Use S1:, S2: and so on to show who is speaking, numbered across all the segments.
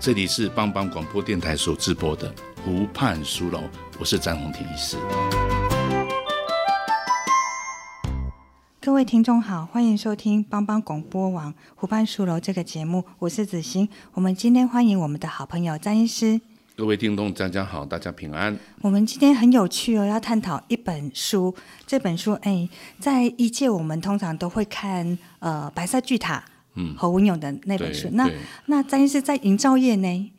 S1: 这里是帮帮广播电台所直播的《湖畔书楼》，我是张宏庭医师。
S2: 各位听众好，欢迎收听帮帮广播网《湖畔书楼》这个节目，我是子欣。我们今天欢迎我们的好朋友张医师。
S1: 各位听众，大家好，大家平安。
S2: 我们今天很有趣哦，要探讨一本书。这本书，哎，在医界我们通常都会看呃《白色巨塔》，嗯，侯文勇的那本书。
S1: 对
S2: 那
S1: 对
S2: 那张医师在营造业呢？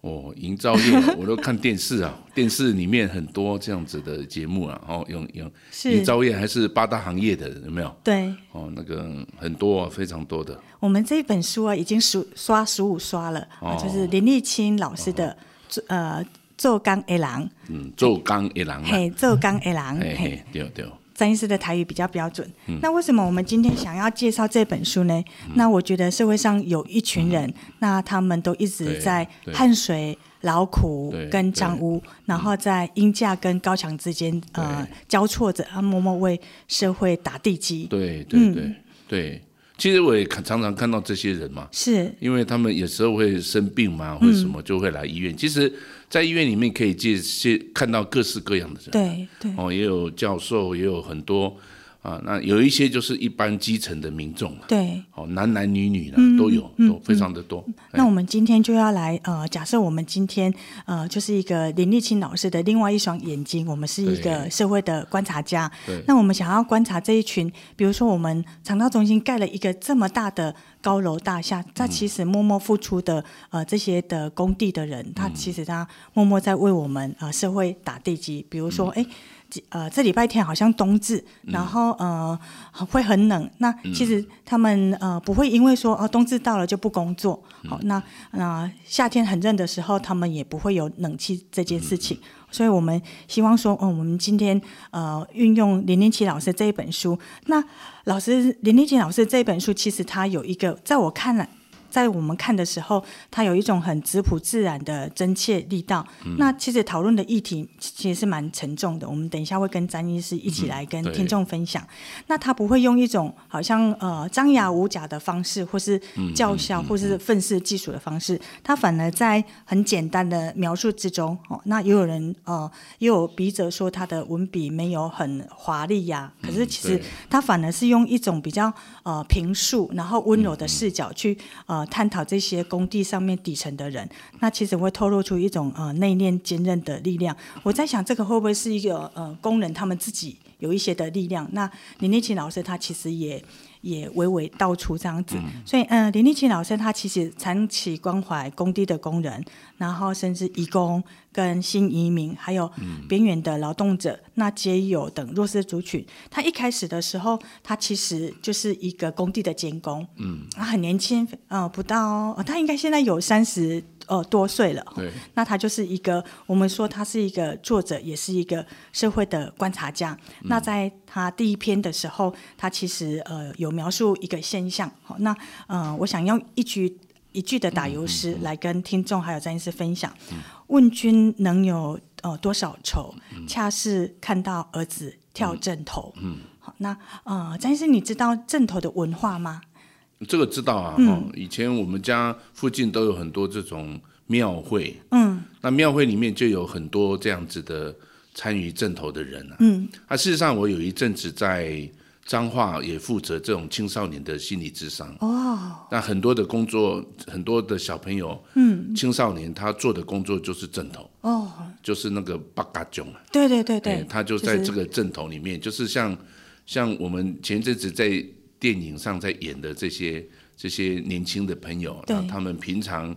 S1: 哦，营造 业我都看电视啊，电视里面很多这样子的节目啊，哦，用用
S2: 是
S1: 营造业还是八大行业的有没有？
S2: 对，
S1: 哦，那个很多、啊，非常多的。
S2: 我们这一本书啊，已经数刷十五刷了，
S1: 哦
S2: 啊就是林立清老师的做、呃《做钢的狼》，
S1: 嗯，做钢一郎啊，
S2: 嘿，《做钢的狼》，
S1: 嘿
S2: 嘿。
S1: 嘿，对对，
S2: 张医师的台语比较标准。
S1: 嗯
S2: 那为什么我们今天想要介绍这本书呢？那我觉得社会上有一群人，那他们都一直在
S1: 嗯对对
S2: 汗水、劳苦
S1: 对嗯
S2: 跟脏污，然后在鹰架跟高墙之间呃
S1: 对
S2: 交错着，啊，默默为社会打地基。
S1: 对对对、
S2: 嗯
S1: 对。其实我也看常常看到这些人嘛，
S2: 是
S1: 因为他们有时候会生病
S2: 嗯
S1: 嘛，或者什么就会来医院。其实，在医院里面可以见见看到各式各样的人，
S2: 对对
S1: 哦，也有教授，也有很多啊。那有一些就是一般基层的民众了，
S2: 对。
S1: 哦，男男女女啦、
S2: 嗯
S1: 都有，都非常的多。
S2: 那
S1: 哎
S2: 我们今天就要来呃，假设我们今天呃，就是一个林立清老师的另外一双眼睛，我们是一个
S1: 对
S2: 社会的观察家
S1: 对。
S2: 那我们想要观察这一群，比如说我们肠道中心盖了一个这么大的高楼大厦，
S1: 嗯
S2: 他其实默默付出的呃这些的工地的人，
S1: 嗯
S2: 他其实他默默在为我们呃社会打地基。比如
S1: 嗯
S2: 说，哎、几呃，这礼拜天好像冬至，然后呃会很冷。那其实他们呃不会因为说哦冬至到了就不工作，好、那那、呃夏天很热的时候，他们也不会有冷气这件事情。所以我们希望说，哦，我们今天呃运用林林奇老师这一本书，那老师林林奇老师这一本书，其实他有一个在我看来。在我们看的时候，它有一种很质朴自然的真切力道。那其实讨论的议题其实是蛮沉重的，我们等一下会跟詹医师一起来跟
S1: 对
S2: 听众分享。那他不会用一种好像呃张牙舞爪的方式，或是叫嚣，或是愤世嫉俗的方式，他反而在很简单的描述之中。哦，那也有人呃也有笔者说他的文笔没有很华丽呀、可是其实
S1: 对
S2: 他反而是用一种比较呃平述，然后温柔的视角去呃探讨这些工地上面底层的人，那其实会透露出一种呃内敛坚韧的力量。我在想，这个会不会是一个呃工人他们自己有一些的力量？那林立琴老师他其实也。也娓娓道出这样子，所以，嗯、呃，林立琴老师他其实长期关怀工地的工人，然后甚至移工跟新移民，还有边缘的劳动者、那街友等弱势族群。他一开始的时候，他其实就是一个工地的监工，嗯，他很年轻，呃，不到，呃他应该现在有三十呃多岁了，
S1: 对
S2: 那他就是一个，我们说他是一个作者，也是一个社会的观察家。
S1: 嗯
S2: 那在他第一篇的时候，他其实呃有描述一个现象。好，那呃，我想要一句一句的打油
S1: 嗯
S2: 诗来跟听众还有詹医师分享。问君能有呃多少愁？
S1: 嗯
S2: 恰是看到儿子跳正头。嗯，好，那呃，詹医师，你知道正头的文化吗？
S1: 这个知道啊，
S2: 嗯
S1: 哦，以前我们家附近都有很多这种庙会，
S2: 嗯，
S1: 那庙会里面就有很多这样子的参与正头的人啊，
S2: 嗯，
S1: 啊，事实上我有一阵子在彰化也负责这种青少年的心理智商，
S2: 哦，
S1: 那很多的工作，很多的小朋友，嗯，青少年他做的工作就是正头，
S2: 哦，
S1: 就是那个八嘎囧啊，
S2: 对对对
S1: 哎
S2: 对，
S1: 他就在这个正头里面，就是像像我们前阵子在电影上在演的这些这些年轻的朋友，
S2: 对
S1: 那他们平常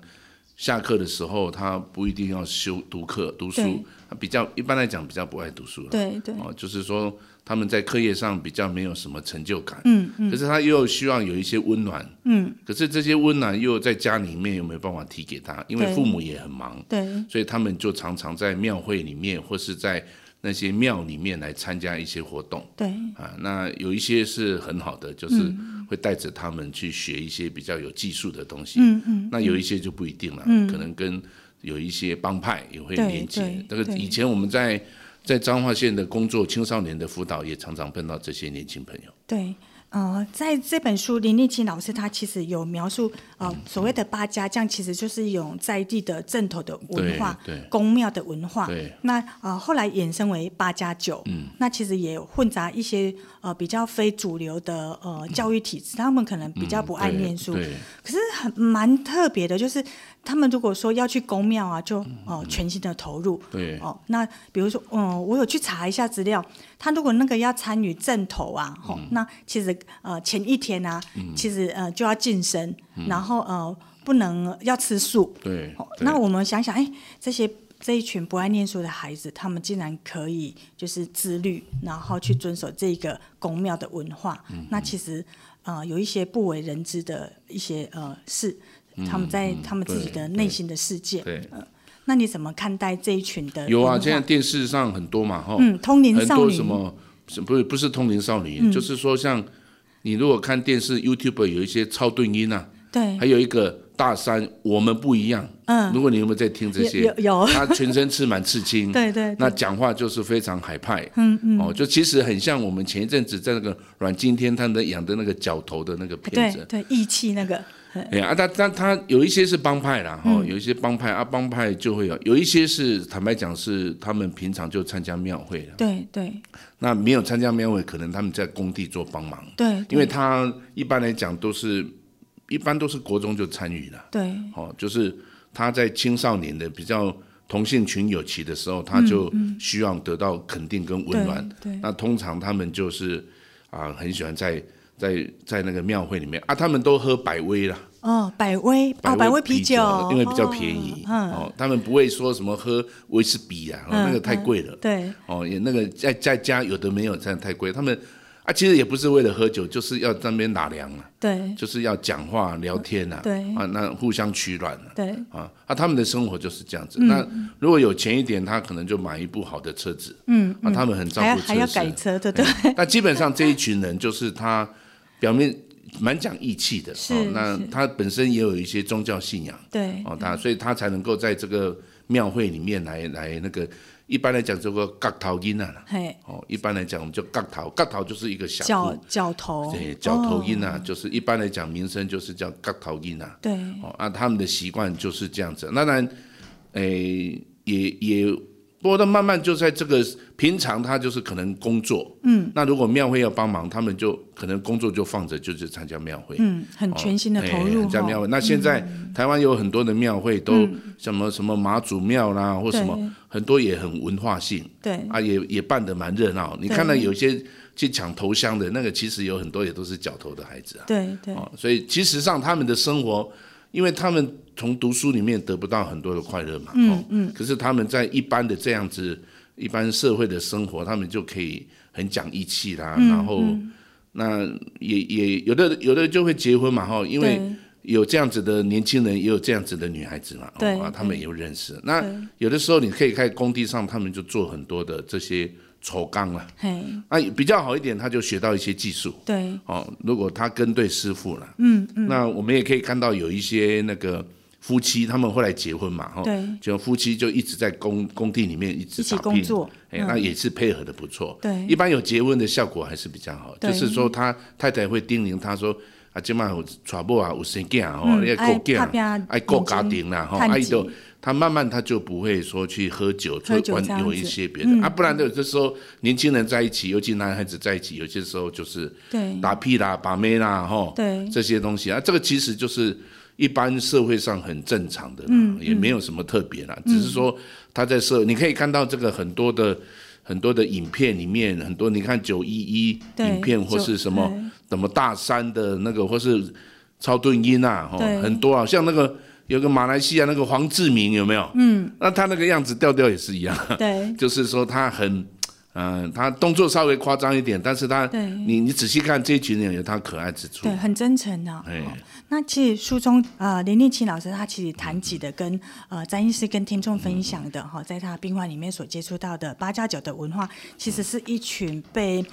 S1: 下课的时候他不一定要修读课读
S2: 对
S1: 书，他比较一般来讲比较不爱读书了。
S2: 对对，
S1: 哦，就是说他们在课业上比较没有什么成就感，
S2: 嗯嗯
S1: 可是他又希望有一些温暖，
S2: 嗯，
S1: 可是这些温暖又在家里面又没有办法提给他，因为
S2: 对
S1: 父母也很忙，
S2: 对
S1: 所以他们就常常在庙会里面或是在那些庙里面来参加一些活动
S2: 对
S1: 啊。那有一些是很好的，就是
S2: 嗯
S1: 会带着他们去学一些比较有技术的东西，
S2: 嗯嗯，
S1: 那有一些就不一定了，可能跟有一些帮派也会
S2: 对
S1: 连接
S2: 对。
S1: 那个
S2: 对
S1: 以前我们在在彰化县的工作，青少年的辅导也常常碰到这些年轻朋友。
S2: 对。呃，在这本书，林立清老师他其实有描述，呃，所谓的八家将，其实就是一种在地的正统的文化
S1: 对对，
S2: 宫庙的文化。
S1: 对嗯
S2: 那呃，后来衍生为八加九，那其实也有混杂一些呃比较非主流的呃教育体制，他们可能比较不爱
S1: 对
S2: 念书，
S1: 嗯对，
S2: 可是很蛮特别的，就是他们如果说要去公庙啊，就哦、全心的投入。
S1: 对
S2: 哦，那比如说，嗯、我有去查一下资料，他如果那个要参与正头啊，
S1: 嗯
S2: 吼、那其实呃前一天啊，其实呃就要晋升，然后呃不能要吃素。
S1: 对
S2: 哦，
S1: 嗯对
S2: 那我们想想，哎，这些这一群不爱念书的孩子，他们竟然可以就是自律，然后去遵守这个宫庙的文化，
S1: 嗯
S2: 那其实呃有一些不为人知的一些呃事，他们在他们自己的
S1: 嗯对
S2: 内心的世界。
S1: 对
S2: 那你怎么看待这一群的？
S1: 有啊，现在电视上很多嘛，哈，
S2: 嗯，通灵
S1: 哦很
S2: 少
S1: 多
S2: 女嗯
S1: 什么是不是不是通灵少女，就是说像你如果看电视 YouTube 有一些超顿音啊，
S2: 对
S1: 还有一个大山，我们不一样。
S2: 嗯
S1: 如果你有没有在听这些？
S2: 有有有
S1: 他全身刺满刺青。
S2: 对对对
S1: 那讲话就是非常海派。嗯嗯。哦，就其实很像我们前一阵子在那个阮经天他们养的那个角头的那个片
S2: 对
S1: 子。
S2: 对义气那个，
S1: 哎呀，啊，但但他有一些是帮派啦，
S2: 嗯
S1: 哈、有一些帮派啊，帮派就会有，有一些是坦白讲是他们平常就参加庙会了，
S2: 对对
S1: 那没有参加庙会，可能他们在工地做帮忙，
S2: 对，
S1: 因为他一般来讲都是，一般都是国中就参与了。
S2: 对
S1: 哦，就是他在青少年的比较同性群有期的时候，他就希望得到肯定跟温暖。
S2: 嗯对对
S1: 那通常他们就是啊、很喜欢在在在那个庙会里面啊，他们都喝百威啦，
S2: 哦，百威哦，百威啤
S1: 啊
S2: 嗯
S1: 因为比较便宜。哦，他们不会说什么喝威士比啊，哦那个太
S2: 嗯
S1: 贵了。
S2: 对
S1: 哦，也那个在在家有的没有，真的太贵。他们啊，其实也不是为了喝酒，就是要在那边打量啊，
S2: 对
S1: 就是要讲话聊天啊，
S2: 对
S1: 啊，那互相取暖啊。
S2: 对
S1: 啊啊，他们的生活就是这样
S2: 嗯
S1: 子。那如果有钱一点，他可能就买一部好的车子。嗯，啊，他们很照
S2: 还要
S1: 顾车
S2: 还要
S1: 子
S2: 改车，对对
S1: 那基本上这一群人就是他表面蛮讲义气的，
S2: 是
S1: 哦，那
S2: 是
S1: 他本身也有一些宗教信仰，
S2: 对
S1: 哦，他所以他才能够在这个庙会里面来来那个，一般来讲这个割头音啊，
S2: 嘿，
S1: 哦，一般来讲我们就割头，割头就是一个小
S2: 脚
S1: 户，
S2: 脚头，
S1: 对，角头音
S2: 哦
S1: 啊，就是一般来讲名声就是叫割头音啊，
S2: 对
S1: 哦，啊，他们的习惯就是这样子。那当然，诶、也也，不过他慢慢就在这个平常他就是可能工作，嗯，那如果庙会要帮忙，他们就可能工作就放着，就去参加庙会。
S2: 嗯，很全心的投
S1: 哎
S2: 入嗯
S1: 参加庙
S2: 吼
S1: 会，那现在台湾有很多的庙会都什么什么妈祖庙啦，或什
S2: 嗯对
S1: 么很多也很文化性，
S2: 对
S1: 啊，也也办得蛮热闹。你看到有些去抢头香的那个，其实有很多也都是角头的孩子啊。
S2: 对对
S1: 哦，所以其实上他们的生活，因为他们从读书里面得不到很多的快乐嘛，嗯嗯，可是他们在一般的这样子一般社会的生活，他们就可以很讲义气啦，
S2: 嗯
S1: 然后那也也有的有的就会结婚嘛，哈，因为
S2: 对
S1: 有这样子的年轻人，也有这样子的女孩子嘛，
S2: 对
S1: 哦啊，
S2: 对
S1: 他们也有认识。那有的时候你可以看工地上，他们就做很多的这些丑钢啦，
S2: 嘿
S1: 啊，比较好一点，他就学到一些技术，
S2: 对
S1: 哦，如果他跟对师傅了，嗯嗯，那我们也可以看到有一些那个夫妻，他们后来结婚嘛，哈、哦
S2: 对
S1: 就夫妻就一直在工工地里面一直
S2: 一起
S1: 打
S2: 工
S1: 拼
S2: 作嗯
S1: 哎、那也是配合的不错，
S2: 对
S1: 一般有结婚的效果还是比较好，
S2: 对
S1: 就是说他太太会叮咛他说。啊，今晚有娶某啊，有生囝哦，
S2: 嗯
S1: 你要顾
S2: 要打拼
S1: 囝，爱顾家庭啦，吼，
S2: 趁钱
S1: 爱就他慢慢他就不会说去喝酒，
S2: 喝酒
S1: 玩
S2: 这样
S1: 有一
S2: 子嗯
S1: 些别的、啊，不然有的时候年轻人在一起，尤其男孩子在一起，有些时候就是
S2: 对
S1: 打屁啦、把妹啦，哈，
S2: 对
S1: 这些东西啊，这个其实就是一般社会上很正常的啦，
S2: 嗯
S1: 也没有什么特别啦，只是说他在社，你可以看到这个很多的。很多的影片里面，很多你看九一一
S2: 对
S1: 影片或是什么
S2: 就对
S1: 什么大山的那个，或是超顿音啊，哈
S2: 对，
S1: 很多啊，像那个有个马来西亚那个黄志明有没有？嗯，那他那个样子调调也是一样，
S2: 对
S1: 就是说他很，嗯、他动作稍微夸张一点，但是他
S2: 对，
S1: 你你仔细看这一群人有他可爱之处
S2: 对，，很真诚的、哦
S1: 哎，
S2: 那其实书中呃林立清老师他其实谈及的跟呃詹医师跟听众分享的哈、在他病患里面所接触到的八加九的文化，其实是一群被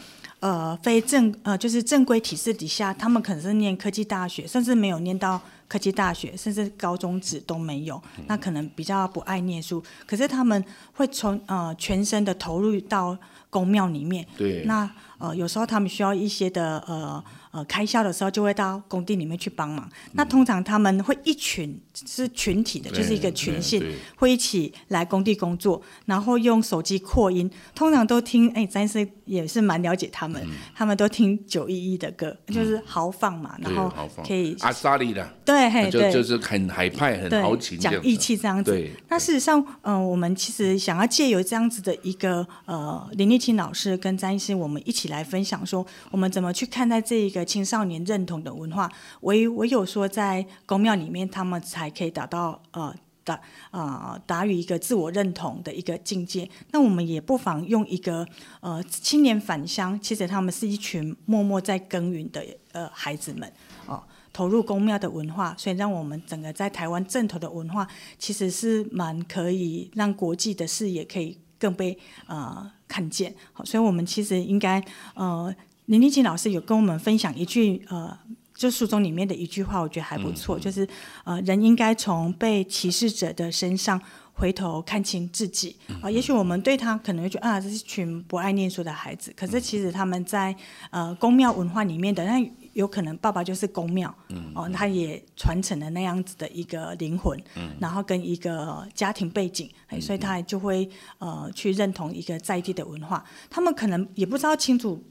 S2: 呃非正呃就是正规体制底下，他们可能是念科技大学，甚至没有念到科技大学，甚至高中职都没有，
S1: 嗯
S2: 那可能比较不爱念书，可是他们会从呃全身的投入到宫庙里面，
S1: 对
S2: 那呃，有时候他们需要一些的呃呃开销的时候，就会到工地里面去帮忙。那通常他们会一群是群体的，
S1: 对
S2: 就是一个群性
S1: 对对，
S2: 会一起来工地工作，然后用手机扩音，通常都听哎，詹是也是蛮了解他
S1: 嗯
S2: 们，他们都听九一一的歌，就是豪放嘛，然
S1: 对，
S2: 后
S1: 豪放
S2: 可以
S1: 阿萨利的，
S2: 对嘿
S1: 就
S2: 对，
S1: 就是很海派、很
S2: 对，
S1: 豪情这样
S2: 讲
S1: 子，啊
S2: 义气这样子。
S1: 对
S2: 那事实上，嗯、我们其实想要借由这样子的一个呃，林立清老师跟詹医师，我们一起来分享说，我们怎么去看待这一个青少年认同的文化。唯唯有说在公庙里面，他们才可以达到呃。达啊、呃，达于一个自我认同的一个境界。那我们也不妨用一个呃青年返乡，其实他们是一群默默在耕耘的呃孩子们哦。投入宫庙的文化，所以让我们整个在台湾正统的文化，其实是蛮可以让国际的视野可以更被呃看见。好，所以我们其实应该呃，林立清老师有跟我们分享一句呃。就书中里面的一句话，我觉得还不错，就是呃，人应该从被歧视者的身上回头看清自己啊、也许我们对他可能会觉得啊，这是群不爱念书的孩子，可是其实他们在呃宫庙文化里面的，那有可能爸爸就是宫庙，
S1: 嗯
S2: 哦，他也传承了那样子的一个灵魂，
S1: 嗯
S2: 然后跟一个家庭背景，哎，所以他就会呃去认同一个在地的文化，他们可能也不知道清楚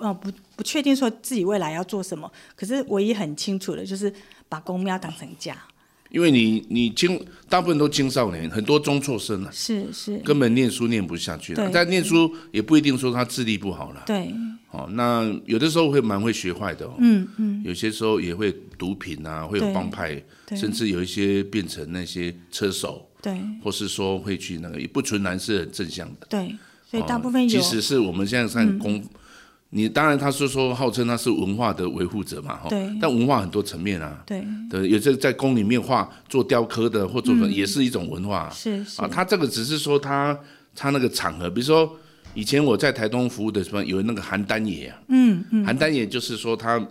S2: 呃，不不确定说自己未来要做什么，可是唯一很清楚的就是把公庙当成家，
S1: 因为你你青大部分都青少年，很多中辍生了、
S2: 是是，
S1: 根本念书念不下去了
S2: 对。
S1: 但念书也不一定说他智力不好了。
S2: 对
S1: 哦，那有的时候会蛮会学坏的哦。嗯嗯。有些时候也会毒品啊，会有
S2: 对
S1: 帮派，
S2: 对
S1: 甚至有一些变成那些车手，
S2: 对
S1: 或是说会去那个，也不纯然是很正向的。
S2: 对，所以
S1: 哦
S2: 大部分
S1: 即
S2: 有嗯
S1: 使是我们现在看公，你当然他是说号称他是文化的维护者嘛，哈、
S2: 对
S1: 但文化很多层面啊，
S2: 对
S1: 对，有这在宫里面画做雕刻的或做什么，也是一种文化啊。
S2: 嗯是是
S1: 啊，他这个只是说他他那个场合，比如说以前我在台东服务的什么有那个邯郸爷啊，嗯嗯，邯郸爷就是说他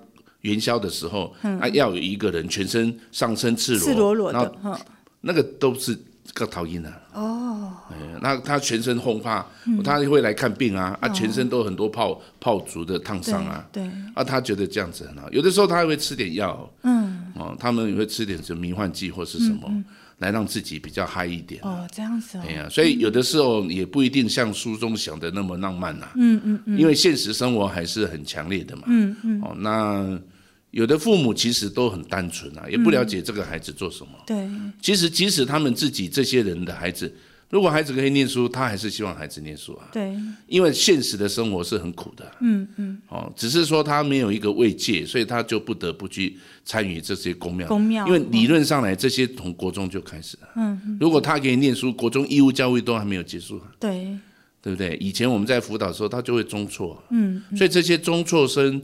S1: 元宵的时候，他、要有一个人全身上身赤裸，
S2: 嗯赤裸裸
S1: 然后
S2: 的，嗯哈，
S1: 那个都是个讨厌啊。哦，嗯那他全身轰趴，他会来看病啊，啊，全身都很多泡泡足的烫
S2: 对
S1: 伤啊，
S2: 对
S1: 啊，他觉得这样子很好。有的时候他还会吃点药，嗯，哦，他们也会吃点什么迷幻剂或是什么，来让自己比较嗨一点。
S2: 哦，这样子哦
S1: 哎，呀，所以有的时候也不一定像书中想的那么浪漫呐、嗯嗯嗯，因为现实生活还是很强烈的嘛。嗯嗯。哦，那有的父母其实都很单纯啊，也不了解这个孩子做什么。
S2: 对
S1: 其实即使他们自己这些人的孩子，如果孩子可以念书，他还是希望孩子念书啊，
S2: 对
S1: 因为现实的生活是很苦的、嗯嗯，哦，只是说他没有一个慰藉，所以他就不得不去参与这些公庙。
S2: 公庙
S1: 因为理论上来，这些从国中就开始了。嗯，如果他可以念书，国中义务教育都还没有结束啊。
S2: 对
S1: 对不对？以前我们在辅导的时候，他就会中辍，嗯，所以这些中辍生，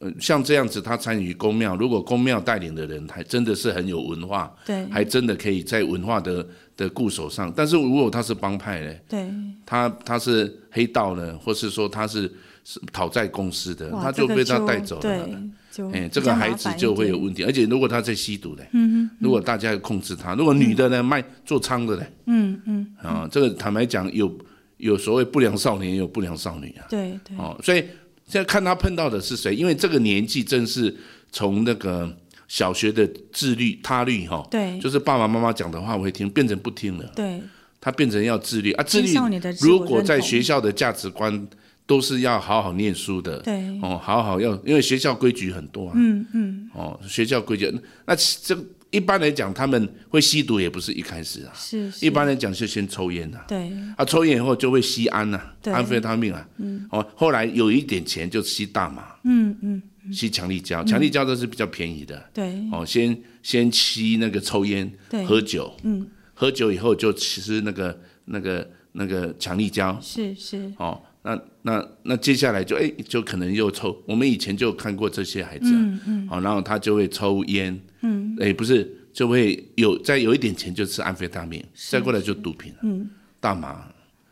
S1: 呃，像这样子，他参与公庙，如果公庙带领的人还真的是很有文化，
S2: 对
S1: 还真的可以在文化的的固守上。但是如果他是帮派呢，
S2: 对，
S1: 他他是黑道呢，或是说他是是讨债公司的，
S2: 哇
S1: 他
S2: 这
S1: 就
S2: 个
S1: 被他带走了。
S2: 对，就
S1: 哎，这
S2: 比
S1: 个
S2: 较麻
S1: 孩子
S2: 烦一
S1: 就会有
S2: 点
S1: 问题，而且如果他在吸毒呢，嗯如果大家控制他，如果女的呢卖做娼的呢，嗯嗯，啊，这个坦白讲，有有所谓不良少年，也有不良少女啊，
S2: 对对
S1: 哦，所以现在看他碰到的是谁，因为这个年纪正是从那个小学的自律他律哈，
S2: 对
S1: 就是爸爸妈妈讲的话我会听，变成不听了，
S2: 对
S1: 他变成要自律啊，自律
S2: 青少年的自我
S1: 如果在
S2: 认同
S1: 学校的价值观都是要好好念书的，
S2: 对
S1: 哦，好好要，因为学校规矩很多啊。嗯嗯。哦，学校规矩，那这个一般来讲，他们会吸毒也不是一开始啊，
S2: 是
S1: 一般来讲就先抽烟啊，
S2: 对
S1: 啊，抽烟以后就会吸安呐、
S2: 对
S1: 安非他命啊，哦，后来有一点钱就吸大麻，嗯嗯，吸强力胶，强力胶都是比较便宜的，
S2: 对
S1: 哦，先先吸那个抽烟
S2: 对，
S1: 喝酒，嗯，喝酒以后就吃那个那个那个强力胶，
S2: 是是，
S1: 哦，那那那接下来就哎、就可能又抽。我们以前就有看过这些孩子、啊，嗯嗯，好、然后他就会抽烟，嗯，哎、不是，就会有再有一点钱就吃安非他命，再过来就毒品了，嗯，大麻。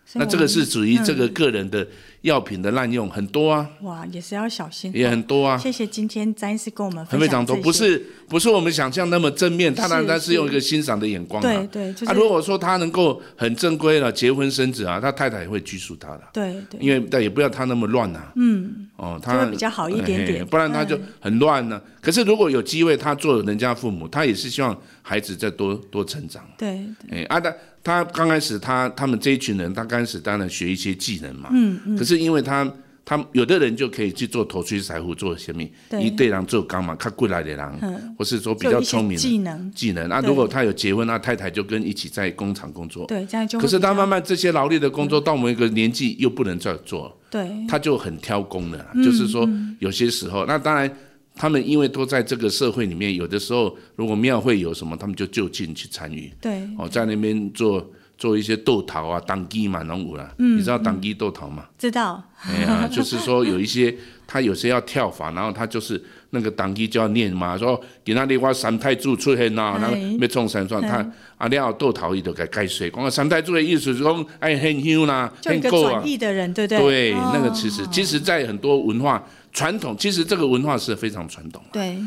S2: 所以
S1: 那
S2: 我
S1: 这个
S2: 们
S1: 是属于这个个人的药品的滥用很多啊，
S2: 哇，也是要小心，
S1: 也很多啊，
S2: 嗯谢谢今天詹医师跟我们分
S1: 非
S2: 享
S1: 常多，
S2: 这
S1: 不
S2: 些
S1: 是不是我们想象那么正面，他当然
S2: 是
S1: 他是用一个欣赏的眼光
S2: 对
S1: 啊。
S2: 对，就是、
S1: 啊，如果说他能够很正规了结婚生子啊，他太太也会拘束他的。
S2: 对对，
S1: 因为但也不要他那么乱呐、嗯，哦，
S2: 就
S1: 他
S2: 会比较好一点点嗯
S1: 哎不然他就很乱呢、可是如果有机会，他做人家父母，他也是希望孩子再多多成长。
S2: 对
S1: 哎，啊，他他刚开始他他们这一群人，他刚开始当然学一些技能嘛，嗯嗯。可是因为他他有的人就可以去做头吹彩虎做什么，
S2: 对
S1: 一对人做钢嘛，看过来的人，或是说比
S2: 就
S1: 较
S2: 一些
S1: 聪明
S2: 技
S1: 的
S2: 能，
S1: 技能。啊，
S2: 对
S1: 如果他有结婚，那太太就跟一起在工厂工作。
S2: 对，这样就会
S1: 可是
S2: 比
S1: 他
S2: 较
S1: 慢慢这些劳力的工作到某一个年纪又不能再做了，
S2: 对
S1: 他就很挑工的啦，
S2: 嗯
S1: 就是说有些时候，那当然他们因为都在这个社会里面，有的时候如果庙会有什么，他们就就近去参与，
S2: 对
S1: 哦，在那边做做一些斗桃啊、当鸡嘛、农舞啦，
S2: 嗯
S1: 你知道当鸡斗桃吗？
S2: 知道
S1: 哎呀，就是说有一些他有些要跳法，然后他就是那个党纪就要念嘛，说给那里我三太子出现啦，
S2: 哎
S1: 然后要创三创，他啊了后豆头伊就给解释，讲啊三太子的意思是讲哎很香啦，
S2: 就一
S1: 很
S2: 个
S1: 够啊
S2: 转，译的人，对不对？
S1: 对，
S2: 哦
S1: 那个其实其实，在很多文化传统，其实这个文化是非常传统的，
S2: 对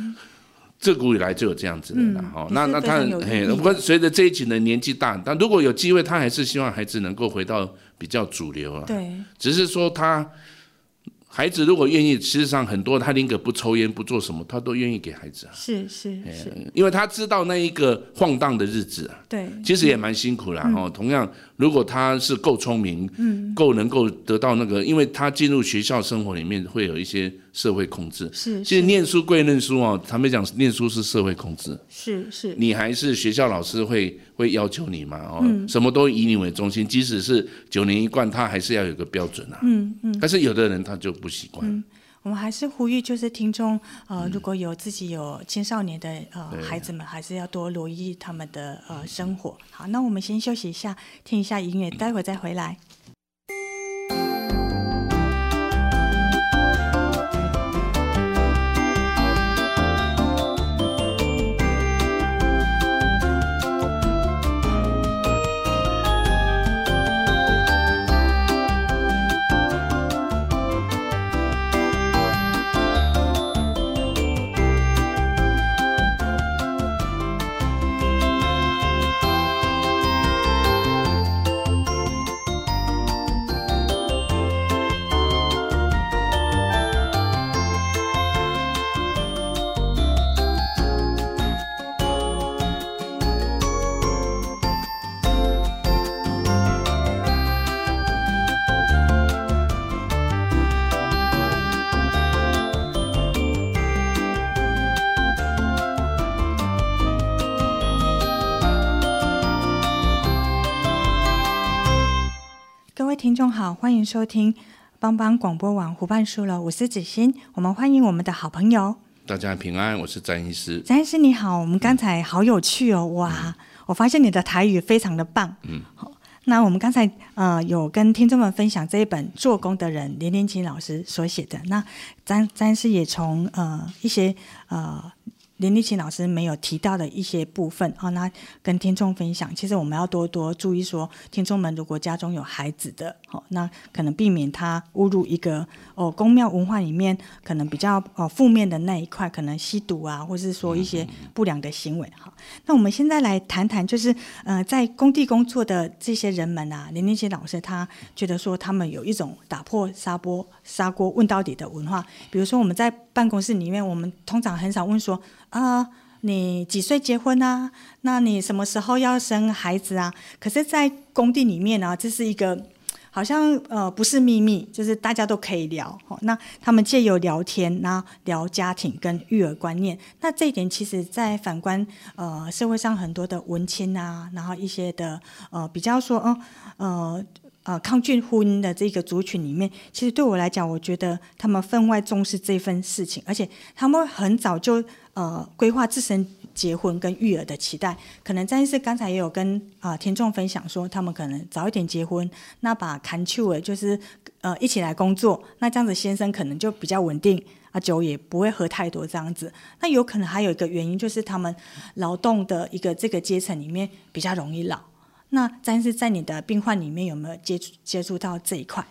S1: 自古以来就有这样子的啦。哦，那
S2: 嗯
S1: 那
S2: 也是非
S1: 他
S2: 常有意义
S1: 嘿，
S2: 的
S1: 不过随着这一群人年纪大，但如果有机会，他还是希望孩子能够回到比较主流啊。
S2: 对
S1: 只是说他孩子如果愿意，事实上很多他宁可不抽烟不做什么，他都愿意给孩子啊，
S2: 是是是，
S1: 因为他知道那一个晃荡的日子啊，
S2: 对
S1: 其实也蛮辛苦啦。
S2: 嗯
S1: 哦，同样，如果他是够聪明，够能够得到那个，因为他进入学校生活里面会有一些社会控制。
S2: 是
S1: 其实
S2: 是
S1: 念书归念书哦，他们讲念书是社会控制，
S2: 是是
S1: 你还是学校老师会会要求你嘛？哦，什么都以你为中心，即使是九年一贯，他还是要有个标准啊。嗯嗯。但是有的人他就不习惯，
S2: 我们还是呼吁，就是听众，呃，如果有自己有青少年的呃孩子们，还是要多留意他们的呃生活。好，那我们先休息一下，听一下音乐，待会再回来。各位听众好，欢迎收听帮帮广播网湖畔书楼，我是子欣。我们欢迎我们的好朋友
S1: 大家平安，我是詹医师。
S2: 詹医师，你好。我们刚才好有趣哦，哇！我发现你的台语非常的棒。嗯，好。那我们刚才呃有跟听众们分享这一本《做工的人》林连琴老师所写的。那詹詹医师也从呃一些呃林立琴老师没有提到的一些部分啊，那跟听众分享，其实我们要多多注意说，听众们如果家中有孩子的，好、那可能避免他误入一个哦宫庙文化里面可能比较哦负面的那一块，可能吸毒啊，或是说一些不良的行为。好，那我们现在来谈谈，就是呃在工地工作的这些人们啊，林立琴老师他觉得说他们有一种打破砂锅砂锅问到底的文化，比如说我们在办公室里面，我们通常很少问说。啊，你几岁结婚啊？那你什么时候要生孩子啊？可是，在工地里面啊，这是一个好像呃不是秘密，就是大家都可以聊。哦、那他们借由聊天，然后聊家庭跟育儿观念。那这一点其实，在反观呃社会上很多的文青啊，然后一些的呃比较说哦呃。呃，抗拒婚姻的这个族群里面，其实对我来讲，我觉得他们分外重视这份事情，而且他们很早就呃规划自身结婚跟育儿的期待。可能詹医师刚才也有跟啊、呃、听众分享说，他们可能早一点结婚，那把 c o n t r 就是呃一起来工作，那这样子先生可能就比较稳定。啊，酒也不会喝太多这样子。那有可能还有一个原因，就是他们劳动的一个这个阶层里面比较容易老。那但是在你的病患里面有没有接触接触到这一块？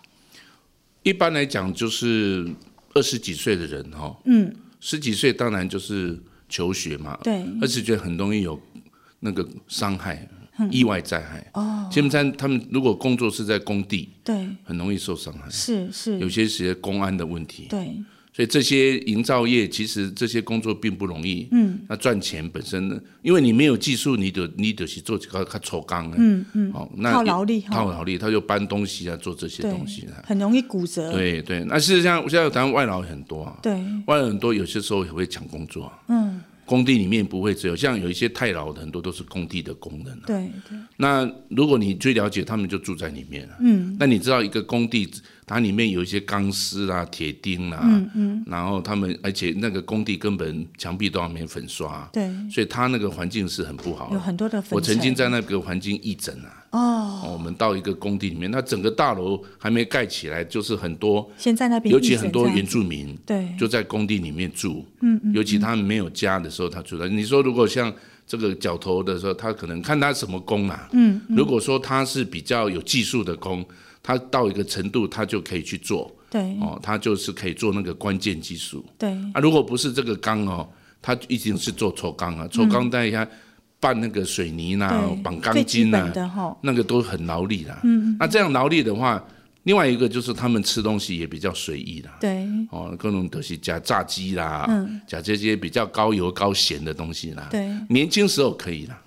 S1: 一般来讲，就是二十几岁的人哈、哦，
S2: 嗯，
S1: 十几岁当然就是求学嘛，
S2: 对，
S1: 二十岁很容易有那个伤害、意外灾害。哦，基本上他们如果工作是在工地，
S2: 对，
S1: 很容易受伤害，
S2: 是是，
S1: 有些是公安的问题，
S2: 对，
S1: 所以这些营造业其实这些工作并不容易。
S2: 嗯
S1: 那赚钱本身呢，因为你没有技术，你得你得去做几个看抽钢啊，
S2: 嗯嗯，
S1: 哦，那
S2: 靠劳力
S1: 靠
S2: 哈，
S1: 劳力，他就搬东西啊，做这些
S2: 对
S1: 东西啊。
S2: 很容易骨折，
S1: 对对，那事实上现在台湾外劳很多啊，
S2: 对，
S1: 外劳很多，有些时候也会抢工作、啊。
S2: 嗯
S1: 工地里面不会只有像有一些太老的，很多都是工地的工人、啊。
S2: 对对，
S1: 那如果你最了解，他们就住在里面了、嗯，那你知道一个工地，它里面有一些钢丝啊、铁钉啊，嗯嗯，然后他们而且那个工地根本墙壁都还没粉刷、
S2: 对，
S1: 所以它那个环境是很不好
S2: 有
S1: 的。
S2: 很多的粉尘。
S1: 我曾经在那个环境义诊啊，哦，我们到一个工地里面，那整个大楼还没盖起来，就是很多，
S2: 先在那边，
S1: 尤其很多原住民，
S2: 对，
S1: 就在工地里面住，哎嗯尤其他们没有家的时候，他住在。你说如果像这个脚头的时候，他可能看他什么工啊，嗯，如果说他是比较有技术的工，他到一个程度，他就可以去做，
S2: 对
S1: 哦，他就是可以做那个关键技术
S2: 对
S1: 啊。如果不是这个钢哦，他一定是做抽钢啊，抽钢带一下拌那个水泥啦、
S2: 对，
S1: 啊绑钢
S2: 最基
S1: 筋
S2: 本
S1: 啦、
S2: 的哈，
S1: 那个都很劳力啦。嗯，那这样劳力的话，另外一个就是他们吃东西也比较随意啦。
S2: 对
S1: 哦，各种东西加炸鸡啦，加、这些比较高油高咸的东西啦。
S2: 对
S1: 年轻时候可以啦。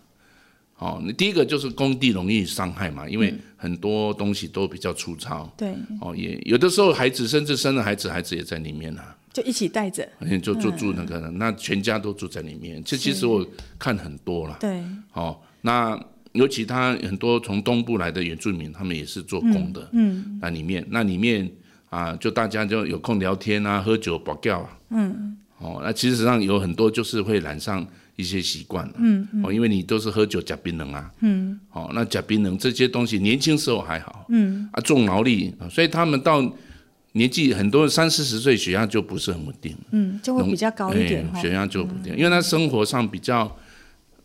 S1: 哦，你第一个就是工地容易伤害嘛，因为很多东西都比较粗糙。
S2: 对，
S1: 哦，也有的时候孩子甚至生了孩子，孩子也在里面啦，
S2: 就一起带着，
S1: 而且就就住那个，那全家都住在里面。这其实我看很多啦。
S2: 对
S1: 哦，那尤其他很多从东部来的原住民，他们也是做工的，嗯，那里面那里面啊，就大家就有空聊天啊，喝酒、保钓啊，嗯，哦，那其实上有很多就是会染上一些习惯，嗯，哦，因为你都是喝酒、假槟榔啊，嗯，哦，那假槟榔这些东西，年轻时候还好，嗯，啊，重劳力，啊所以他们到。年纪很多三四十岁，血压就不是很稳定。
S2: 嗯，就会比较高一点
S1: 哎
S2: 哈，嗯
S1: 血压就不定，因为他生活上比较，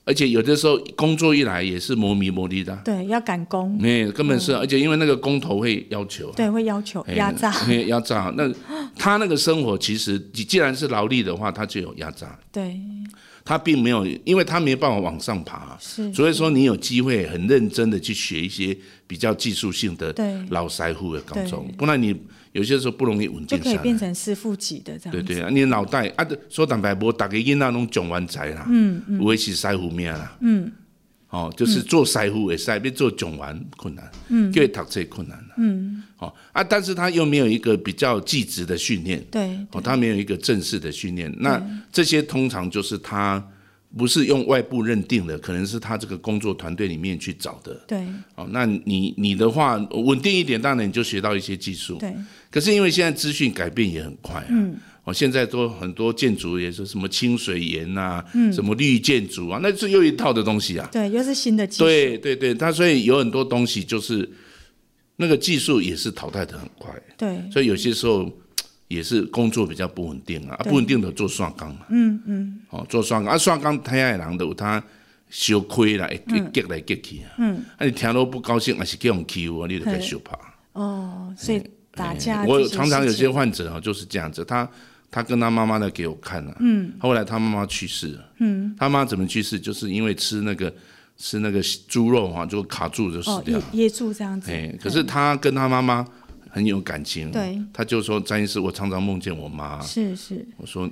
S1: 而且有的时候工作一来也是磨米磨力的啊，
S2: 对，要赶工，
S1: 哎，根本是，而且因为那个工头会要求啊，
S2: 对，会要求
S1: 哎
S2: 压榨，
S1: 哎压榨。那他那个生活其实，你既然是劳力的话，他就有压榨，
S2: 对，
S1: 他并没有，因为他没办法往上爬啊。
S2: 是，
S1: 所以说，你有机会很认真的去学一些比较技术性的
S2: 对
S1: 老师傅的工作
S2: 对，
S1: 不然你有些时候不容易稳
S2: 就
S1: 定
S2: 可
S1: 下
S2: 以
S1: 来。
S2: 变成师傅级的这样
S1: 对
S2: 子，
S1: 对啊，你的脑袋啊，对说坦白，无大家囡仔拢状元才啦，嗯嗯，有的是师傅命啦，嗯，哦，就是做师傅会使，要做状元困难，嗯，叫伊读册困难啦，嗯，哦啊，但是他又没有一个比较技职的训练，
S2: 对
S1: 哦，他没有一个正式的训练，那这些通常就是他不是用外部认定的，可能是他这个工作团队里面去找的，
S2: 对
S1: 哦，那你你的话稳定一点，当然你就学到一些技术，
S2: 对
S1: 可是因为现在资讯改变也很快啊，
S2: 嗯
S1: 哦，现在都很多建筑也是什么清水岩啊，
S2: 嗯
S1: 什么绿建筑啊，那是又一套的东西啊。
S2: 对，又是新的技术，
S1: 对对对，它所以有很多东西就是那个技术也是淘汰的很快，
S2: 对
S1: 所以有些时候嘖也是工作比较不稳定啊，啊
S2: 对
S1: 不稳定的做刷钢嘛，嗯嗯，哦做刷钢啊刷钢太爱人的有他小亏啦，会会夹来夹去啊，嗯，啊你听到不高兴还是叫人欺负啊，你就该
S2: 嘿
S1: 受怕。
S2: 哦，所以打架，
S1: 哎我常常有些，患者啊就是这样子，他他跟他妈妈的给我看了、嗯，后来他妈妈去世了，嗯，他妈怎么去世？就是因为吃那个吃那个猪肉啊，就卡住就死
S2: 哦，
S1: 掉
S2: 噎
S1: 了，
S2: 噎住这样子，
S1: 啊哎、可是他跟他妈妈很有感情，哦
S2: 对，
S1: 他就说张医师，我常常梦见我妈，
S2: 是是，
S1: 我说。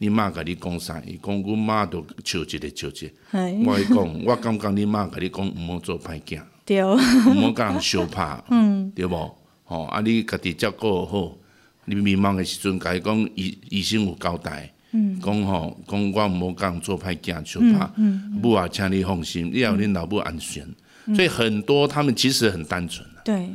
S1: 你妈甲你讲啥？伊讲阮妈都笑一个笑一个。
S2: 哎，
S1: 我跟你讲，我感觉你妈甲你讲毋好做歹囝，
S2: 丢，
S1: 毋好甲人相拍，嗯，对无？吼、啊你家己照顾好，你迷茫的时阵，家己讲医医生有交代，
S2: 嗯
S1: 讲吼讲我无讲做歹囝就怕，
S2: 嗯
S1: 母啊，请你放心，你要恁老母安全。所以很多他们其实很单纯啊，
S2: 对，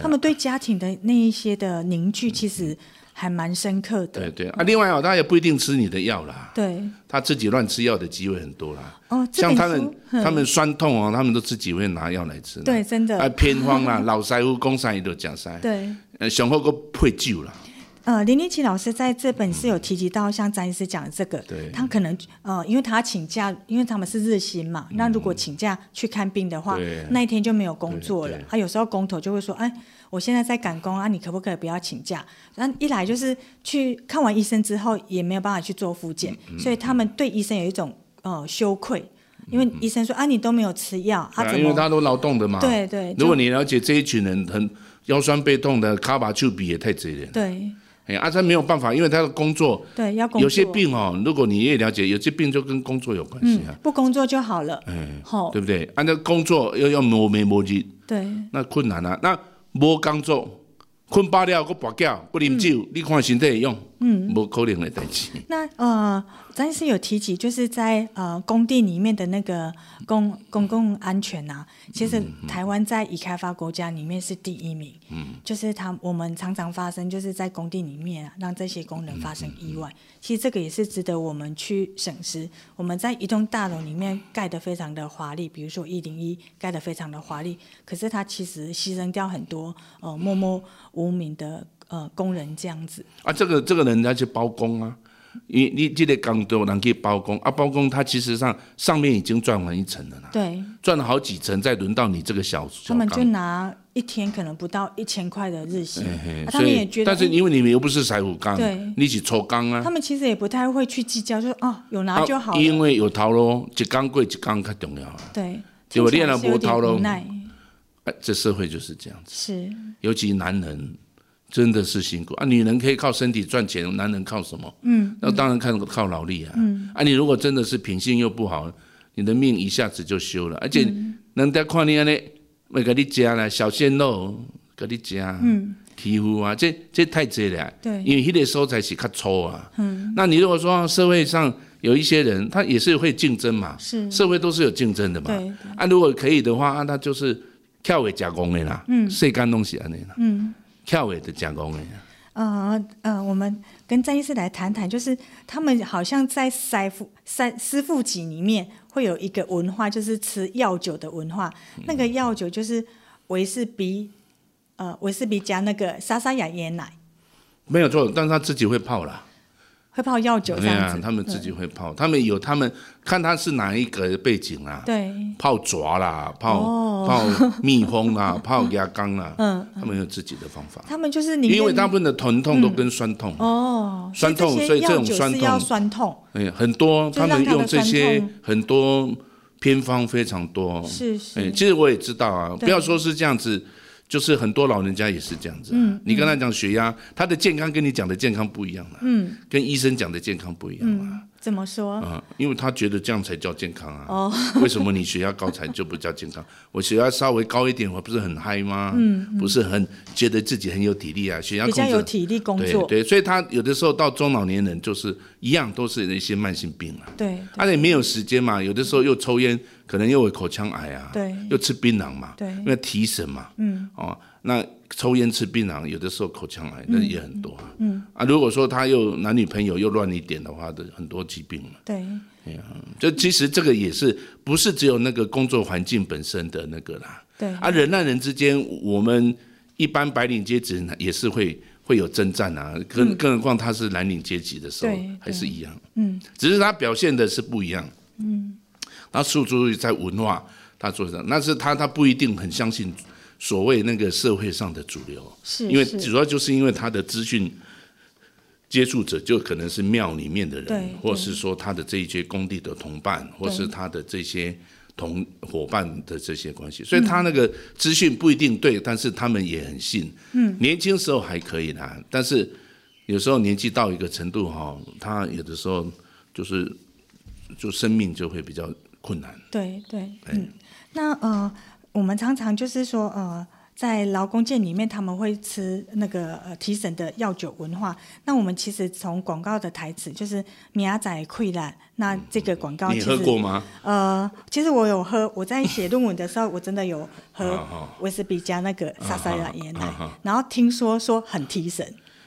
S2: 他们对家庭的那一些的凝聚，其实还蛮深刻
S1: 对
S2: 的。
S1: 对啊。另外哦，他也不一定吃你的药啦，
S2: 对，
S1: 他自己乱吃药的机会很多啦。
S2: 哦，这
S1: 像
S2: 本
S1: 他
S2: 书
S1: 们
S2: 嗯
S1: 他们酸痛哦，他们都自己会拿药来吃啦。
S2: 对，真
S1: 啊
S2: 的，
S1: 偏方啦，老师傅讲啥伊就食啥，
S2: 对。
S1: 呃，上好个配酒啦，
S2: 呃，林立奇老师在这本是有提及到，像詹医师讲的这个
S1: 对，
S2: 他可能呃，因为他请假，因为他们是日薪嘛，那如果请假去看病的话
S1: 嗯对，
S2: 那一天就没有工作
S1: 对
S2: 了
S1: 对。
S2: 他有时候工头就会说，哎，我现在在赶工啊，你可不可以不要请假？那一来就是去看完医生之后，也没有办法去做复健，
S1: 嗯
S2: 所以他们对医生有一种呃羞愧，因为医生说啊，你都没有吃药，啊
S1: 嗯啊，
S2: 怎
S1: 因为
S2: 么？
S1: 他都劳动的嘛。
S2: 对对就
S1: 如果你了解这一群人很腰酸背痛的，卡巴丘比也太这人，
S2: 对
S1: 哎，啊，他没有办法，因为他的工作，
S2: 对，要工作。
S1: 有些病哦，如果你也了解，有些病就跟工作有关系啊，
S2: 不工作就好了，好，
S1: 对不对？按、啊、照工作又要磨眉磨日，
S2: 对
S1: 那困难啊。那无工作，困饱了，搁跋筊，搁啉酒，你看身体会用，嗯，无可能的代志。
S2: 那呃，詹医师有提及，就是在呃工地里面的那个公公共安全呐、其实台湾在已开发国家里面是第一名。嗯，就是他我们常常发生，就是在工地里面、啊、让这些工人发生意外，其实这个也是值得我们去审视。我们在一栋大楼里面盖得非常的华丽，比如说一零一盖得非常的华丽，可是它其实牺牲掉很多呃默默无名的呃工人这样子。
S1: 啊，这个这个人他去包工啊，你你这个工作人去包工啊，包工他其实上上面已经赚完一层了啦，
S2: 对，
S1: 赚了好几层，再轮到你这个小小
S2: 他们就
S1: 工。
S2: 拿一天可能不到一千块的日薪，
S1: 嘿
S2: 啊他
S1: 所
S2: 们也
S1: 以
S2: 觉，得，
S1: 但是
S2: 嗯
S1: 因为你们又不是柴胡缸
S2: 对，
S1: 你是抽缸啊
S2: 他，们其实也不太会去计较，就是哦有拿就好了，
S1: 因为有头路，一缸过一缸较重要啊。
S2: 对，
S1: 对我
S2: 听起来
S1: 练了
S2: 是
S1: 波
S2: 有
S1: 涛
S2: 点
S1: 咯
S2: 无奈，
S1: 啊这社会就是这样子，
S2: 是
S1: 尤其男人真的是辛苦啊，女人可以靠身体赚钱，男人靠什么？嗯，那当然看靠劳力啊。嗯，啊，你如果真的是品性又不好，你的命一下子就休了，而且
S2: 嗯
S1: 人家看你安尼，要给你加啦，小鲜肉给你加，嗯，欺负啊，这这太多了啊。
S2: 对
S1: 因为迄个所在是较粗啊。嗯，那你如果说社会上有一些人，他也是会竞争嘛，
S2: 是，
S1: 社会都是有竞争的嘛。
S2: 对，
S1: 啊，如果可以的话，啊，那就是跳尾加工的啦，嗯，世间东西安尼啦，嗯，跳尾的加工的啦，
S2: 呃呃，我们跟詹医师来谈谈，就是他们好像在塞夫塞师傅集里面会有一个文化，就是吃药酒的文化。
S1: 嗯
S2: 那个药酒就是维士比，呃，维士比加那个莎莎雅椰奶，
S1: 没有错，但是他自己会泡啦，
S2: 会泡药酒这
S1: 对
S2: 样
S1: 啊
S2: 子，，
S1: 他们自己会泡，他们有他们看他是哪一个背景啦，
S2: 对。哦
S1: 泡爪啦，泡、泡蜜蜂 啦，泡牙缸啦，嗯，他们有自己的方法，
S2: 他们就是宁愿
S1: 因为大部分的疼痛都跟酸痛，
S2: 嗯哦，
S1: 酸痛
S2: 所
S1: 所以
S2: 这
S1: 这
S2: 些
S1: 种
S2: 药酒
S1: 酸
S2: 是要
S1: 痛
S2: 酸痛，
S1: 哎，很多
S2: 就
S1: 他
S2: 让
S1: 们
S2: 他的
S1: 用这
S2: 酸
S1: 些
S2: 痛
S1: 很多偏方非常多，
S2: 是
S1: 哎，
S2: 是，
S1: 其实我也知道啊，
S2: 对
S1: 不要说是这样子，就是很多老人家也是这样子、啊。
S2: 嗯
S1: 你跟他讲血压，他的健康跟你讲的健康不一样了、嗯，跟医生讲的健康不一样啊、
S2: 怎么说？
S1: 啊，因为他觉得这样才叫健康啊。哦， 为什么你血压高才就不叫健康？啊我血压稍微高一点，我不是很嗨吗？嗯，不是很觉得自己很有体力啊，血压
S2: 比
S1: 控制
S2: 较
S1: 很
S2: 有体力工
S1: 对
S2: 作，
S1: 对，所以他有的时候到中老年人就是一样，都是一些慢性病啊。
S2: 对
S1: 而且没有时间嘛，有的时候又抽烟，可能又有口腔癌啊，
S2: 对
S1: 又吃槟榔嘛，
S2: 对
S1: 因为提神嘛，嗯，哦，那抽烟吃槟榔，有的时候口腔癌那也很多啊，嗯，啊，如果说他又男女朋友又乱一点的话，的很多疾病嘛，啊
S2: 对
S1: 就其实这个也是不是只有那个工作环境本身的那个啦，
S2: 对
S1: 啊，人和人之间，我们一般白领阶级也是会会有征战啊，更、更何况他是蓝领阶级的时候
S2: 嗯对，
S1: 还是一样，嗯，只是他表现的是不一样，嗯，他诉诸于在文化，他做的，那是他他不一定很相信所谓那个社会上的主流，
S2: 是，
S1: 因为
S2: 是
S1: 主要就是因为他的资讯接触者就可能是庙里面的
S2: 对
S1: 人，或是说他的这一些工地的同伴，或是他的这些同伙伴的这些关系，所以
S2: 嗯
S1: 他那个资讯不一定对，但是他们也很信。嗯，年轻时候还可以啦，但是有时候年纪到一个程度哈，他有的时候就是就生命就会比较困难。
S2: 对对，嗯，那呃，我们常常就是说呃。在劳工界里面，他们会吃那个呃提神的药酒文化。那我们其实从广告的台词就是“米阿仔溃烂”，那这个广告
S1: 你
S2: 啊其
S1: 喝
S2: 实
S1: 过吗？
S2: 呃，其实我有喝，我在写论文的时候，我真的有喝
S1: 啊好
S2: 威士比加那个莎莎拉椰
S1: 啊
S2: 奶
S1: 好，
S2: 然后听说说很提神，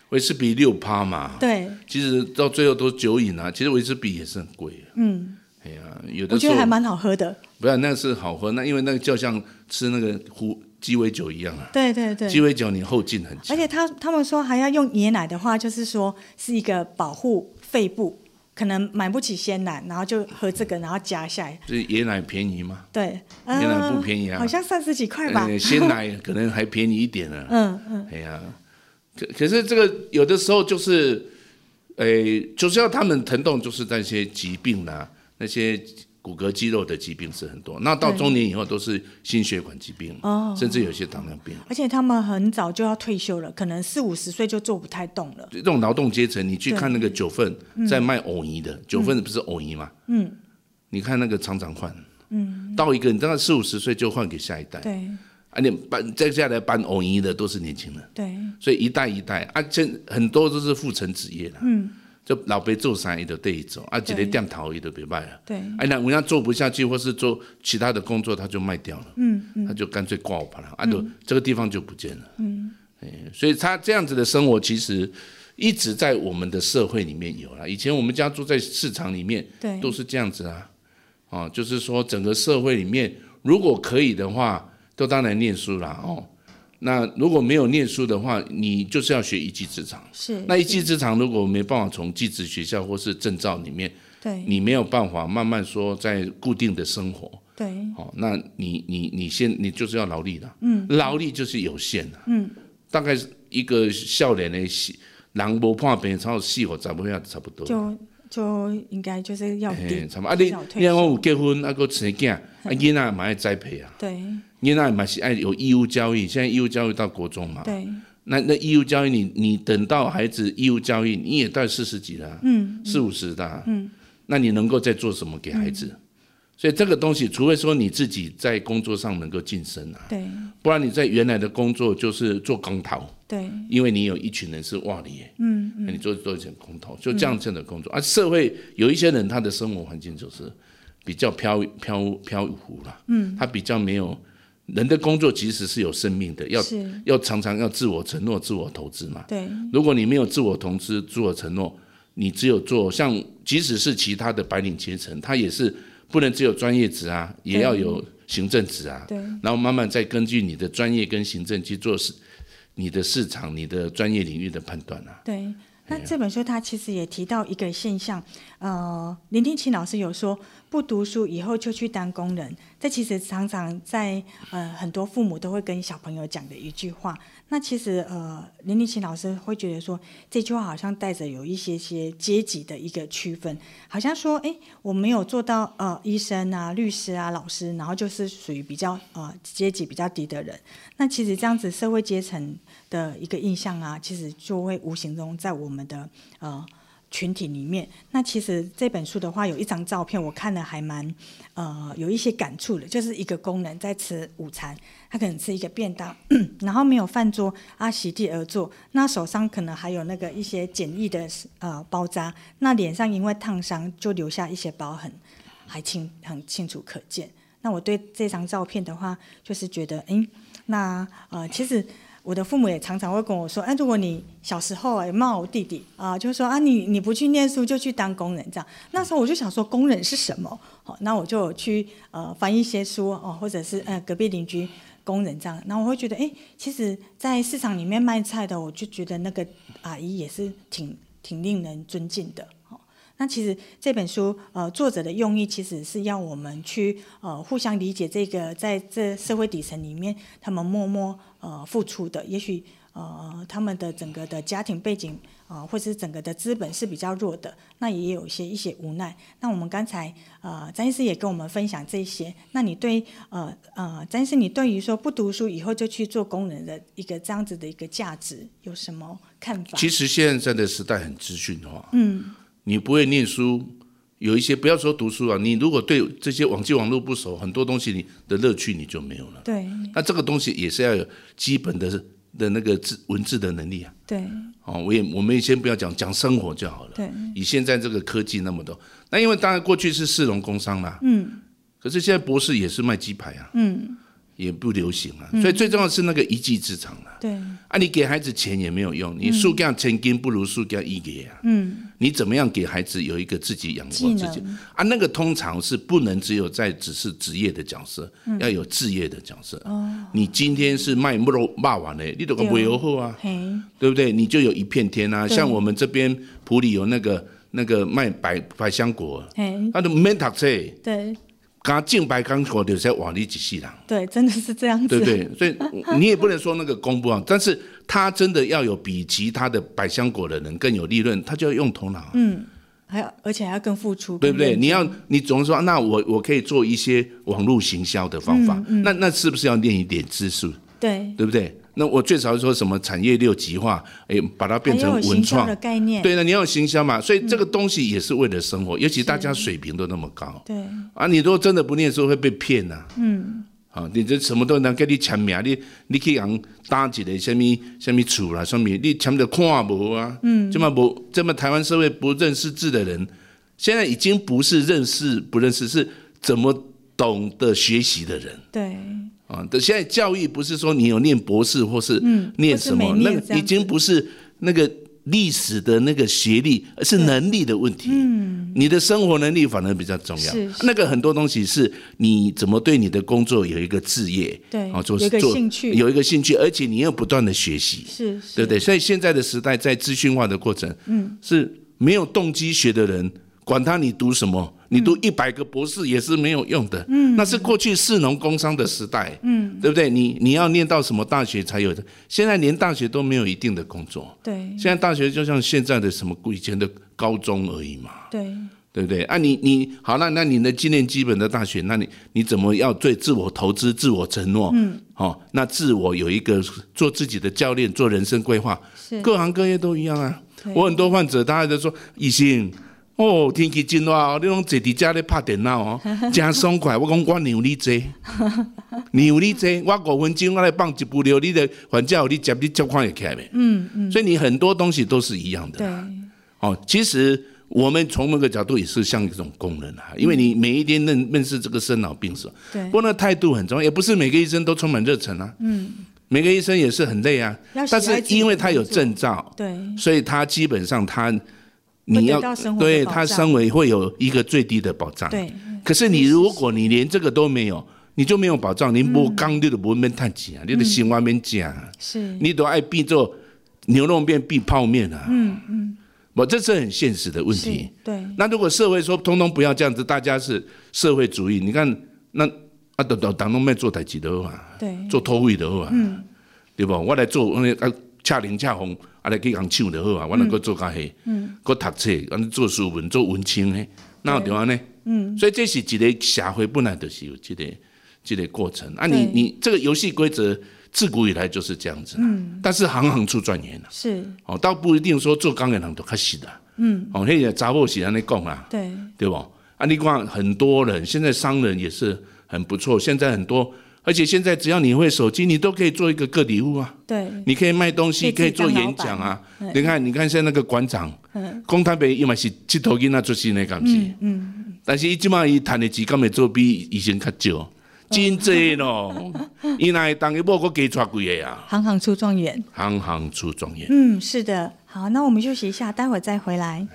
S1: 维士比六趴嘛，，
S2: 对，
S1: 其实到最后都酒瘾啊。其实维士比也是很贵啊，
S2: 嗯，
S1: 哎呀，有的
S2: 我
S1: 时
S2: 觉得
S1: 候
S2: 还蛮好喝的，
S1: 不要，那是好喝，那因为那个就像吃那个胡鸡尾酒一样啊，
S2: 对对对，
S1: 鸡尾酒你后劲很
S2: 而
S1: 强，
S2: 且他他们说还要用椰奶的话，就是说是一个保护肺部，可能买不起鲜奶，然后就喝这个，然后加下来。
S1: 这椰奶便宜吗？
S2: 对，
S1: 椰奶不
S2: 宜、
S1: 便宜啊，
S2: 好像三十几块吧。
S1: 呃，鲜奶 可能还便宜一点呢、
S2: 嗯嗯，
S1: 哎呀，可可是这个有的时候就是，诶、就是要他们疼痛，就是那些疾病啦、那些骨骼肌肉的疾病是很多。那到中年以后都是心血管疾病，
S2: 哦
S1: 甚至有些糖尿病。
S2: 而且他们很早就要退休了，可能四五十岁就做不太动了。
S1: 这种劳动阶层，你去看那个九份在卖藕泥的，九份不是藕泥吗？嗯，你看那个常常换，嗯，到一个你大概四五十岁就换给下一代，
S2: 对
S1: 啊，你搬再下来搬藕泥的都是年轻人。
S2: 对，
S1: 所以一代一代啊，这很多都是父承子业啦。嗯，就老辈做生意都对一种，啊，一
S2: 对
S1: 个店头伊都别卖了。
S2: 对
S1: 哎，那人家做不下去，或是做其他的工作，他就卖掉了。嗯他就干脆挂牌了，啊，就这个地方就不见了。嗯，哎，所以他这样子的生活其实一直在我们的社会里面有了。以前我们家住在市场里面，
S2: 对
S1: 都是这样子啊。哦，就是说整个社会里面，如果可以的话，都当然念书啦。哦，那如果没有念书的话，你就是要学一技之长。
S2: 是
S1: 那一
S2: 是
S1: 技之长如果没办法从技职学校或是证照里面，
S2: 对
S1: 你没有办法慢慢说在固定的生活，
S2: 对
S1: 哦，那你你你先你就是要劳力的，嗯，劳力就是有限的，嗯，大概是一个少年的死人无破病，超四五十岁也差不多，
S2: 就就应该就是要
S1: 嘿，
S2: 顶
S1: 差不多啊你
S2: 要退
S1: 你看
S2: 休
S1: 我有结婚啊，个生囝，啊囡仔嘛爱栽培啊，
S2: 对
S1: 囡仔嘛是爱有义务教育，现在义务教育到国中嘛，
S2: 对
S1: 那那义务教育你，你等到孩子义务教育，你也到四十几了啊、
S2: 嗯嗯
S1: 四五十的啊、那你能够再做什么给孩子？所以这个东西，除非说你自己在工作上能够晋升啊，
S2: 对
S1: 不然你在原来的工作就是做工头，
S2: 对
S1: 因为你有一群人是哇你，嗯，你做做一些工头，就这样这样的工作、啊。社会有一些人他的生活环境就是比较飘飘飘忽啦，嗯，他比较没有人的工作其实是有生命的，要
S2: 是，
S1: 要常常要自我承诺、自我投资嘛。
S2: 对
S1: 如果你没有自我投资、自我承诺，你只有做像，即使是其他的白领阶层，他也是不能只有专业职啊，也要有行政职啊。
S2: 对
S1: 然后慢慢再根据你的专业跟行政去做市、你的市场、你的专业领域的判断啊。
S2: 对，那这本书它其实也提到一个现象，呃，林天琪老师有说，不读书以后就去当工人，这其实常常在呃很多父母都会跟小朋友讲的一句话。那其实呃，林天琪老师会觉得说，这句话好像带着有一些些阶级的一个区分，好像说，哎，我没有做到呃医生啊、律师啊、老师，然后就是属于比较呃阶级比较低的人。那其实这样子社会阶层的一个印象啊，其实就会无形中在我们的呃群体里面。那其实这本书的话，有一张照片我看了还蛮呃有一些感触的，就是一个工人在吃午餐，他可能吃一个便当， 然后没有饭桌啊，席地而坐，那手上可能还有那个一些简易的呃包扎，那脸上因为烫伤就留下一些疤痕，还清很清楚可见。那我对这张照片的话，就是觉得，诶，那呃，其实我的父母也常常会跟我说，哎、如果你小时候哎骂我弟弟啊、就说啊你你不去念书就去当工人这样。那时候我就想说工人是什么？好、那我就有去呃翻一些书哦，或者是呃隔壁邻居工人这样。那我会觉得，哎，其实，在市场里面卖菜的，我就觉得那个阿姨也是挺挺令人尊敬的。哦那其实这本书，呃，作者的用意其实是要我们去呃互相理解这个在这社会底层里面他们默默呃付出的，也许呃他们的整个的家庭背景啊、呃，或是整个的资本是比较弱的，那也有一些一些无奈。那我们刚才呃詹医师也跟我们分享这些，那你对呃呃詹医师，你对于说不读书以后就去做工人的一个这样子的一个价值有什么看法？
S1: 其实现在的时代很资讯化，嗯，你不会念书有一些不要说读书啊，你如果对这些网际网络不熟，很多东西你的乐趣你就没有了。
S2: 对
S1: 那这个东西也是要有基本的的那个字文字的能力啊。
S2: 对
S1: 哦，我也我们先不要讲讲生活就好了。
S2: 对，
S1: 以现在这个科技那么多，那因为当然过去是市容工商啦，嗯，可是现在博士也是卖鸡排啊，嗯，也不流行啊，所以最重要的是那个一技之长啊。
S2: 对
S1: 啊，你给孩子钱也没有用，你树给他千金不如树给他一给啊。嗯，你怎么样给孩子有一个自己养活
S2: 技
S1: 自己
S2: 能
S1: 啊？那个通常是不能只有在只是职业的角色，要有置业的角色。嗯哦，你今天是卖肉霸王的，你都个没有后啊，
S2: 嘿
S1: 对不对？你就有一片天啊。
S2: 对
S1: 像我们这边普里有那个那个卖百百香果，
S2: 嘿，
S1: 他都没读册，
S2: 对
S1: 刚进百香果就是在往你一世人。
S2: 对，真的是这样子，
S1: 对不对？所以 你也不能说那个公不好，但是他真的要有比其他的百香果的人更有利润，他就要用头脑，啊
S2: 嗯还有而且还要更付出，
S1: 对不对？
S2: 更认
S1: 你要你总是说，那我我可以做一些网络行销的方法，
S2: 嗯
S1: 那那是不是要练一点知识，
S2: 对，
S1: 对不对？那我最少说什么产业六级化，哎，把它变
S2: 还
S1: 成
S2: 要有
S1: 文
S2: 行销
S1: 创
S2: 的，概念，
S1: 对了，你要有行销嘛，所以这个东西嗯也是为了生活，尤其大家水平都那么高，
S2: 对
S1: 啊，你如果真的不念书会被骗呐、嗯。啊，你这什么都能给你签名，你你去人搭一个什么什么厝啦，什么你签的看无啊？嗯，这么不这么台湾社会不认识字的人，现在已经不是认识不认识，是怎么懂得学习的人
S2: 对
S1: 啊？的现在教育不是说你有念博士或是念什么，
S2: 嗯或是没
S1: 那
S2: 念这
S1: 个
S2: 样
S1: 已经不是那个历史的那个学历，而是能力的问题。你的生活能力反而比较重要
S2: 嗯是。是
S1: 那个很多东西是你怎么对你的工作有一个置业，
S2: 对
S1: 啊，做
S2: 有一个
S1: 做
S2: 兴趣
S1: 有一个兴趣，而且你要不断的学习，
S2: 是是，
S1: 对不对？所以现在的时代在资讯化的过程，嗯，是没有动机学的人，管他你读什么，你读一百个博士也是没有用的，嗯，那是过去士农工商的时代，嗯，对不对？你你要念到什么大学才有的？现在连大学都没有一定的工作，
S2: 对
S1: 现在大学就像现在的什么以前的高中而已嘛，
S2: 对
S1: 对不对？啊你，你好，那那你的今年基本的大学，那你你怎么要对自我投资、自我承诺？嗯，哦，那自我有一个做自己的教练，做人生规划，
S2: 是，
S1: 各行各业都一样啊。
S2: 对
S1: 我很多患者，大家都说，医生，哦，天气真热哦，你拢坐伫家咧拍电脑 哦，真爽快。我讲我让你坐，让你坐，我五分钟我来放一部料，你的反正有你接，你接看会起来没？嗯嗯。所以你很多东西都是一样的
S2: 对
S1: 啊、哦，其实我们从某个角度也是像一种工人啊，因为你每一天认认识这个生老病死，
S2: 对
S1: 不，过那态度很重要，也不是每个医生都充满热忱啊。嗯，每个医生也是很累啊
S2: 要，喜
S1: 但
S2: 爱
S1: 是
S2: 自己的
S1: 因为他有
S2: 工作
S1: 证照，
S2: 对
S1: 所以他基本上他你
S2: 得
S1: 要
S2: 到生活的
S1: 对
S2: 保
S1: 他
S2: 障
S1: 生为会有一个最低的保障。，
S2: 对
S1: 可是你如果你连这个都没有，你就没有保障，你
S2: 嗯
S1: 无刚你的不免赚钱啊，你的心外面讲。
S2: 是，
S1: 你都爱避做牛肉面、避泡面啊。嗯嗯，我这是很现实的问
S2: 是
S1: 题。
S2: 对
S1: 那如果社会说通通不要这样子，大家是社会主义，你看那啊，党党党东妹做台几的啊，
S2: 对
S1: 做偷位的啊，对不？我来做，我来啊，恰灵恰红，啊来去人抢就好啊，我能够做较黑，嗯，搁读册，安做书文、做文青嘿，哪有对安呢？嗯，所以这是一个社会本来就是有这个这个过程啊你，
S2: 对
S1: 你这个游戏规则自古以来就是这样子啦，嗯，但是行行出状元啊，
S2: 是，
S1: 哦，倒不一定说做工的人都较实啦，嗯，哦，迄个查某是安尼讲啦，
S2: 对
S1: 对不？啊，你看很多人现在商人也是很不错，现在很多，而且现在只要你会手机，你都可以做一个个体户啊，
S2: 对
S1: 你可以卖东西，可
S2: 可
S1: 以
S2: 以
S1: 做
S2: 自己当
S1: 演讲啊
S2: 老板。嗯
S1: 你看，你看现在那个馆长，讲台北伊嘛是佚佗囡仔出身的，敢不是？
S2: 嗯
S1: 但是伊即马伊赚的钱，敢会做比以前较少，
S2: 嗯
S1: 真济咯。 伊若会当伊某个加娶几个啊，
S2: 行行出状元。
S1: 行行出状元。
S2: 嗯，是的。好，那我们休息一下，待会儿再回来。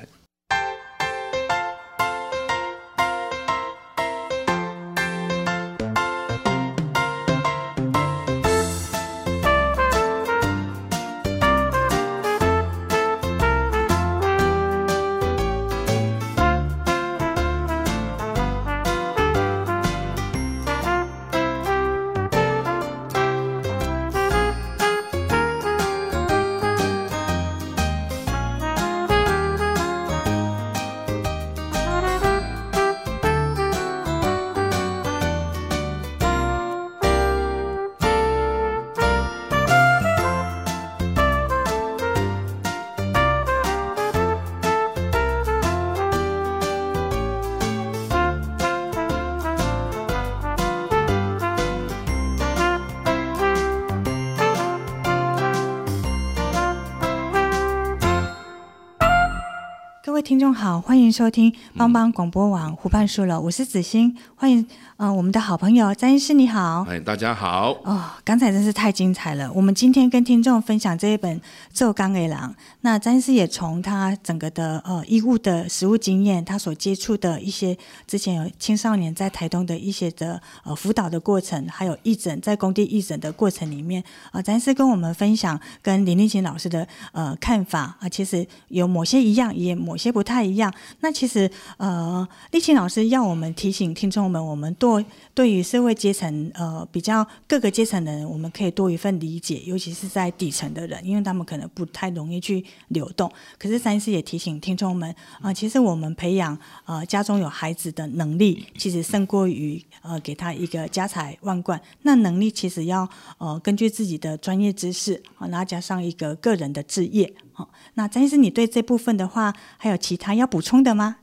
S2: 好，欢迎收听
S1: 嗯
S2: 帮帮广播网湖畔书楼，我是子欣，欢迎呃我们的好朋友张医师，你好。
S1: 哎，大家好，
S2: 哦，刚才真是太精彩了！我们今天跟听众分享这一本《咒刚给郎》，那詹师也从他整个的呃医务的实务经验，他所接触的一些之前有青少年在台东的一些的呃辅导的过程，还有义诊在工地义诊的过程里面，啊、呃，詹师跟我们分享跟林立琴老师的呃看法啊、其实有某些一样，也某些不太一样。那其实呃，立琴老师要我们提醒听众们，我们多对于社会阶层，呃，比较各个阶层的人，我们可以多一份理解，尤其是在底层的人，因为他们可能不太容易去流动。可是三师也提醒听众们啊、呃其实我们培养呃家中有孩子的能力，其实胜过于呃给他一个家财万贯。那能力其实要呃根据自己的专业知识啊、然后加上一个个人的置业。好、那詹医师，你对这部分的话，还有其他要补充的吗？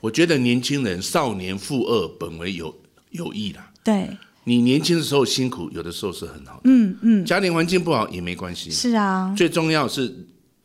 S1: 我觉得年轻人少年负二本为有有益啦。
S2: 对，
S1: 你年轻的时候辛苦，有的时候是很好的。嗯嗯，家庭环境不好也没关系。
S2: 是啊，
S1: 最重要是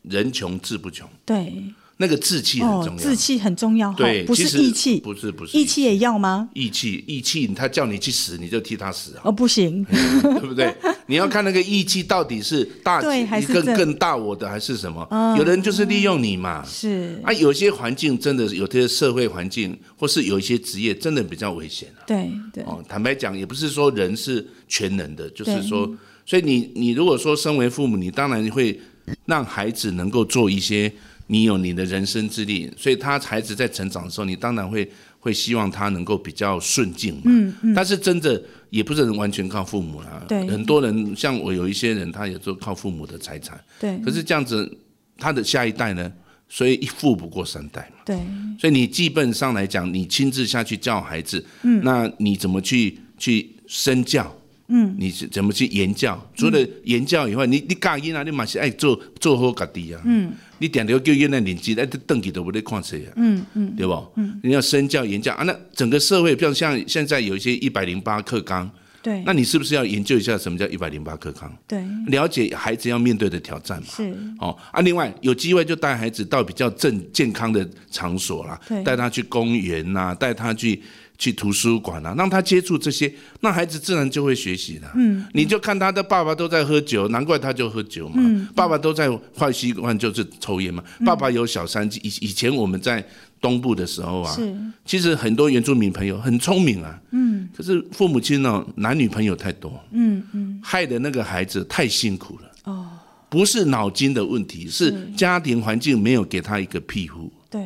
S1: 人穷志不穷，
S2: 对，
S1: 那个志气很重
S2: 哦
S1: 要。，
S2: 志气很重要哈，
S1: 对，
S2: 不
S1: 其
S2: 是
S1: 实
S2: 义气，
S1: 不是不是
S2: 义气也要吗？
S1: 义气义气，他叫你去死，你就替他死啊，
S2: 哦，不行，
S1: 对不对？你要看那个义气到底是大
S2: 对还是
S1: 更
S2: 这
S1: 更大我的还是什么？有的人就是利用你嘛。
S2: 是，
S1: 啊，有些环境真的有些社会环境，或是有一些职业真的比较危险啊。
S2: 对对，
S1: 哦，坦白讲，也不是说人是全能的，就是
S2: 对
S1: 说，所以你你如果说身为父母，你当然会让孩子能够做一些你有你的人生之力，所以他孩子在成长的时候，你当然会会希望他能够比较顺境嘛。嗯嗯。但是真的也不是能完全靠父母啦。
S2: 对
S1: 很多人像我有一些人，他也都靠父母的财产，
S2: 对
S1: 可是这样子，他的下一代呢？所以一富不过三代嘛。
S2: 对
S1: 所以你基本上来讲，你亲自下去教孩子，嗯，那你怎么去去身教？嗯，你是怎么去言教？除了言教以外，你你教囡仔，你嘛是爱做做好家己啊。嗯，你定定叫囡仔年纪，哎，邓去都不得看谁啊。嗯嗯，对不？嗯，你要身教言教啊，那整个社会，比如像现在有一些一百零八课纲，
S2: 对
S1: 那你是不是要研究一下什么叫一百零八课纲？
S2: 对，
S1: 了解孩子要面对的挑战嘛？
S2: 是，
S1: 哦啊，另外有机会就带孩子到比较正健康的场所啦
S2: 对，
S1: 带他去公园呐、带他去去图书馆啊，让他接触这些，那孩子自然就会学习啦。嗯，你就看他的爸爸都在喝酒，难怪他就喝酒嘛。爸爸都在坏习惯就是抽烟嘛。爸爸有小三以以前我们在东部的时候啊，
S2: 是，
S1: 其实很多原住民朋友很聪明啊，嗯，可是父母亲呢、男女朋友太多，
S2: 嗯嗯，
S1: 害得那个孩子太辛苦了。哦，不是脑筋的问题，是家庭环境没有给他一个庇护。
S2: 对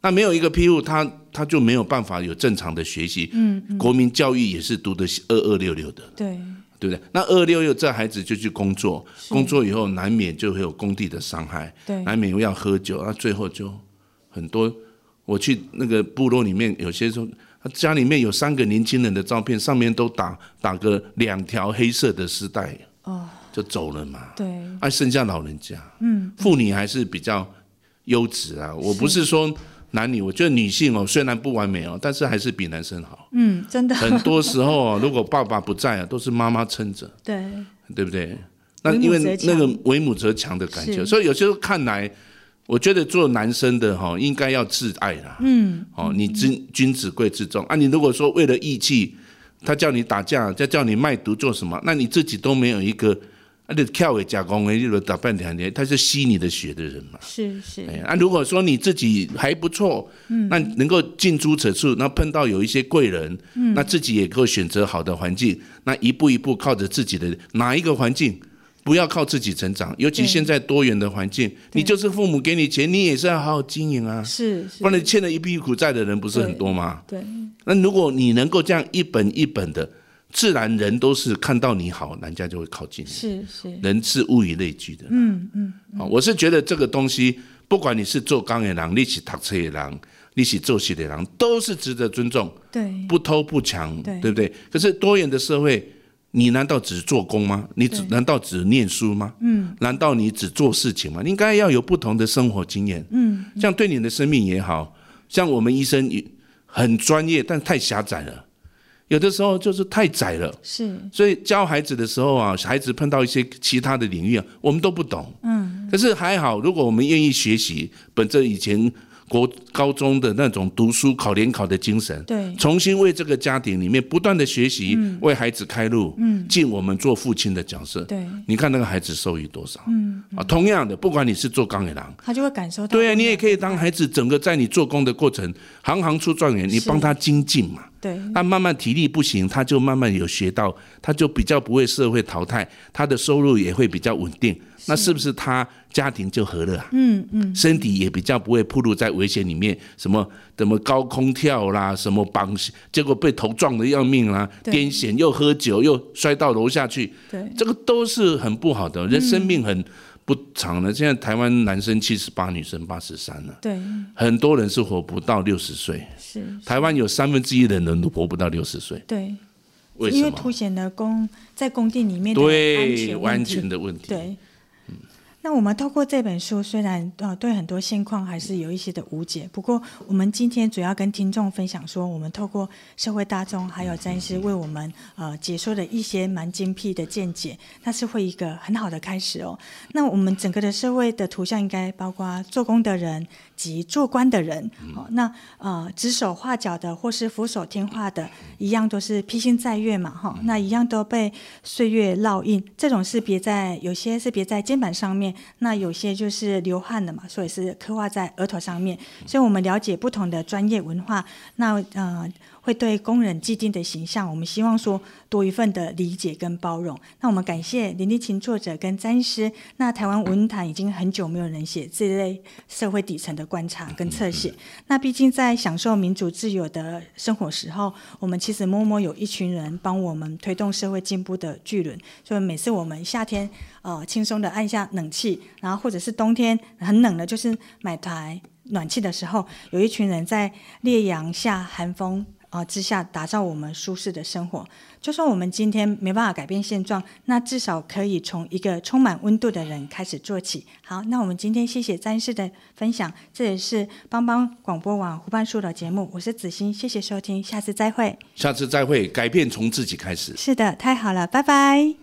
S1: 那没有一个庇护，他他就没有办法有正常的学习。嗯，国民教育也是读的二二六六的，
S2: 对
S1: 对不对？那二六六这孩子就去工作，工作以后难免就会有工地的伤害，
S2: 对
S1: 难免又要喝酒，那最后就很多。我去那个部落里面，有些时候他家里面有三个年轻人的照片，上面都打打个两条黑色的丝带，
S2: 哦，
S1: 就走了嘛。
S2: 对。
S1: 还剩下老人家，嗯，妇女还是比较优质啊。我不是说男女，我觉得女性哦，虽然不完美哦，但是还是比男生好
S2: 嗯，真的，
S1: 很多时候哦，如果爸爸不在啊，都是妈妈撑着，
S2: 对
S1: 对不对？那
S2: 为母
S1: 因为
S2: 则强
S1: 那个为母则强的感觉，
S2: 是
S1: 所以有些时候看来，我觉得做男生的哈、哦，应该要自爱啦。嗯，哦，你君君子贵自重啊。你如果说为了义气，他叫你打架，再叫你卖毒做什么？那你自己都没有一个，啊，你跳给假公诶，你都打半天年，他是吸你的血的人嘛。
S2: 是是，
S1: 哎，啊，如果说你自己还不错，嗯，那能够近朱者赤，那碰到有一些贵人，嗯，那自己也可以选择好的环境，那一步一步靠着自己的哪一个环境，不要靠自己成长，尤其
S2: 对
S1: 现在多元的环境，你就是父母给你钱，你也是要好好经营啊，
S2: 是是
S1: 不，然你欠了一屁股债的人不是很多吗？
S2: 对
S1: 那如果你能够这样一本一本的，自然人都是看到你好，人家就会靠近你。
S2: 是是，
S1: 人是物以类聚的。嗯嗯，啊，我是觉得这个东西，不管你是做工的人，你是读册的人，你是做事的人，都是值得尊重，
S2: 对
S1: 不偷不抢，
S2: 对
S1: 对不对？可是多元的社会。你难道只做工吗？你只
S2: 对
S1: 难道只念书吗？嗯，难道你只做事情吗？你应该要有不同的生活经验。嗯，这样对你的生命也好，像我们医生也很专业，但太狭窄了，有的时候就是太窄了。
S2: 是，
S1: 所以教孩子的时候啊，孩子碰到一些其他的领域啊，我们都不懂。嗯，可是还好，如果我们愿意学习，本着以前国高中的那种读书考联考的精神，
S2: 对
S1: 重新为这个家庭里面不断的学习，为孩子开路，嗯，尽我们做父亲的角色，
S2: 对
S1: 你看那个孩子受益多少，嗯，啊，同样的，不管你是做钢铁郎。
S2: 他就会感受到。
S1: 对啊，你也可以当孩子整个在你做工的过程，行行出状元，你
S2: 是
S1: 帮他精进嘛。
S2: 对
S1: 他慢慢体力不行，他就慢慢有学到，他就比较不会社会淘汰，他的收入也会比较稳定。那是不是他家庭就和乐啊？嗯嗯，身体也比较不会暴露在危险里面，什么什么高空跳啦，什么绑，结果被头撞的要命啦，
S2: 对
S1: 癫痫又喝酒又摔到楼下去，
S2: 对
S1: 这个都是很不好的，人生命很不长的。现在台湾男生七十八，女生八十三了，
S2: 对，
S1: 很多人是活不到六十岁。
S2: 是，
S1: 台湾有三分之一的人都活不到六十岁，
S2: 对，
S1: 为
S2: 因
S1: 什
S2: 为凸
S1: 么？
S2: 显了工在工地里面的安
S1: 对，
S2: 全
S1: 完
S2: 问题
S1: 全。的问题。
S2: 对。那我们透过这本书，虽然呃对很多现况还是有一些的无解，不过我们今天主要跟听众分享说，我们透过社会大众还有詹医师为我们呃解说的一些蛮精辟的见解，那是会一个很好的开始哦。那我们整个的社会的图像应该包括做工的人及做官的人，
S1: 嗯
S2: 哦，那呃指手画脚的或是俯首听话的，一样都是披星戴月嘛，哈、
S1: 嗯
S2: 那一样都被岁月烙印。这种是别在有些是别在肩膀上面，那有些就是流汗的嘛，所以是刻画在额头上面。所以我们了解不同的专业文化，那呃会对工人既定的形象，我们希望说多一份的理解跟包容。那我们感谢林立琴作者跟詹师。那台湾文坛已经很久没有人写这类社会底层的观察跟侧写。那毕竟在享受民主自由的生活时候，我们其实默默有一群人帮我们推动社会进步的巨轮。所以每次我们夏天呃轻松的按下冷气，然后或者是冬天很冷的，就是买台暖气的时候，有一群人在烈阳下、寒风啊、呃之下，打造我们舒适的生活。就算我们今天没办法改变现状，那至少可以从一个充满温度的人开始做起。好，那我们今天谢谢詹氏的分享，这也是帮帮广播网湖畔书的节目，我是子欣，谢谢收听，下次再会。
S1: 下次再会，改变从自己开始。
S2: 是的，太好了，拜拜。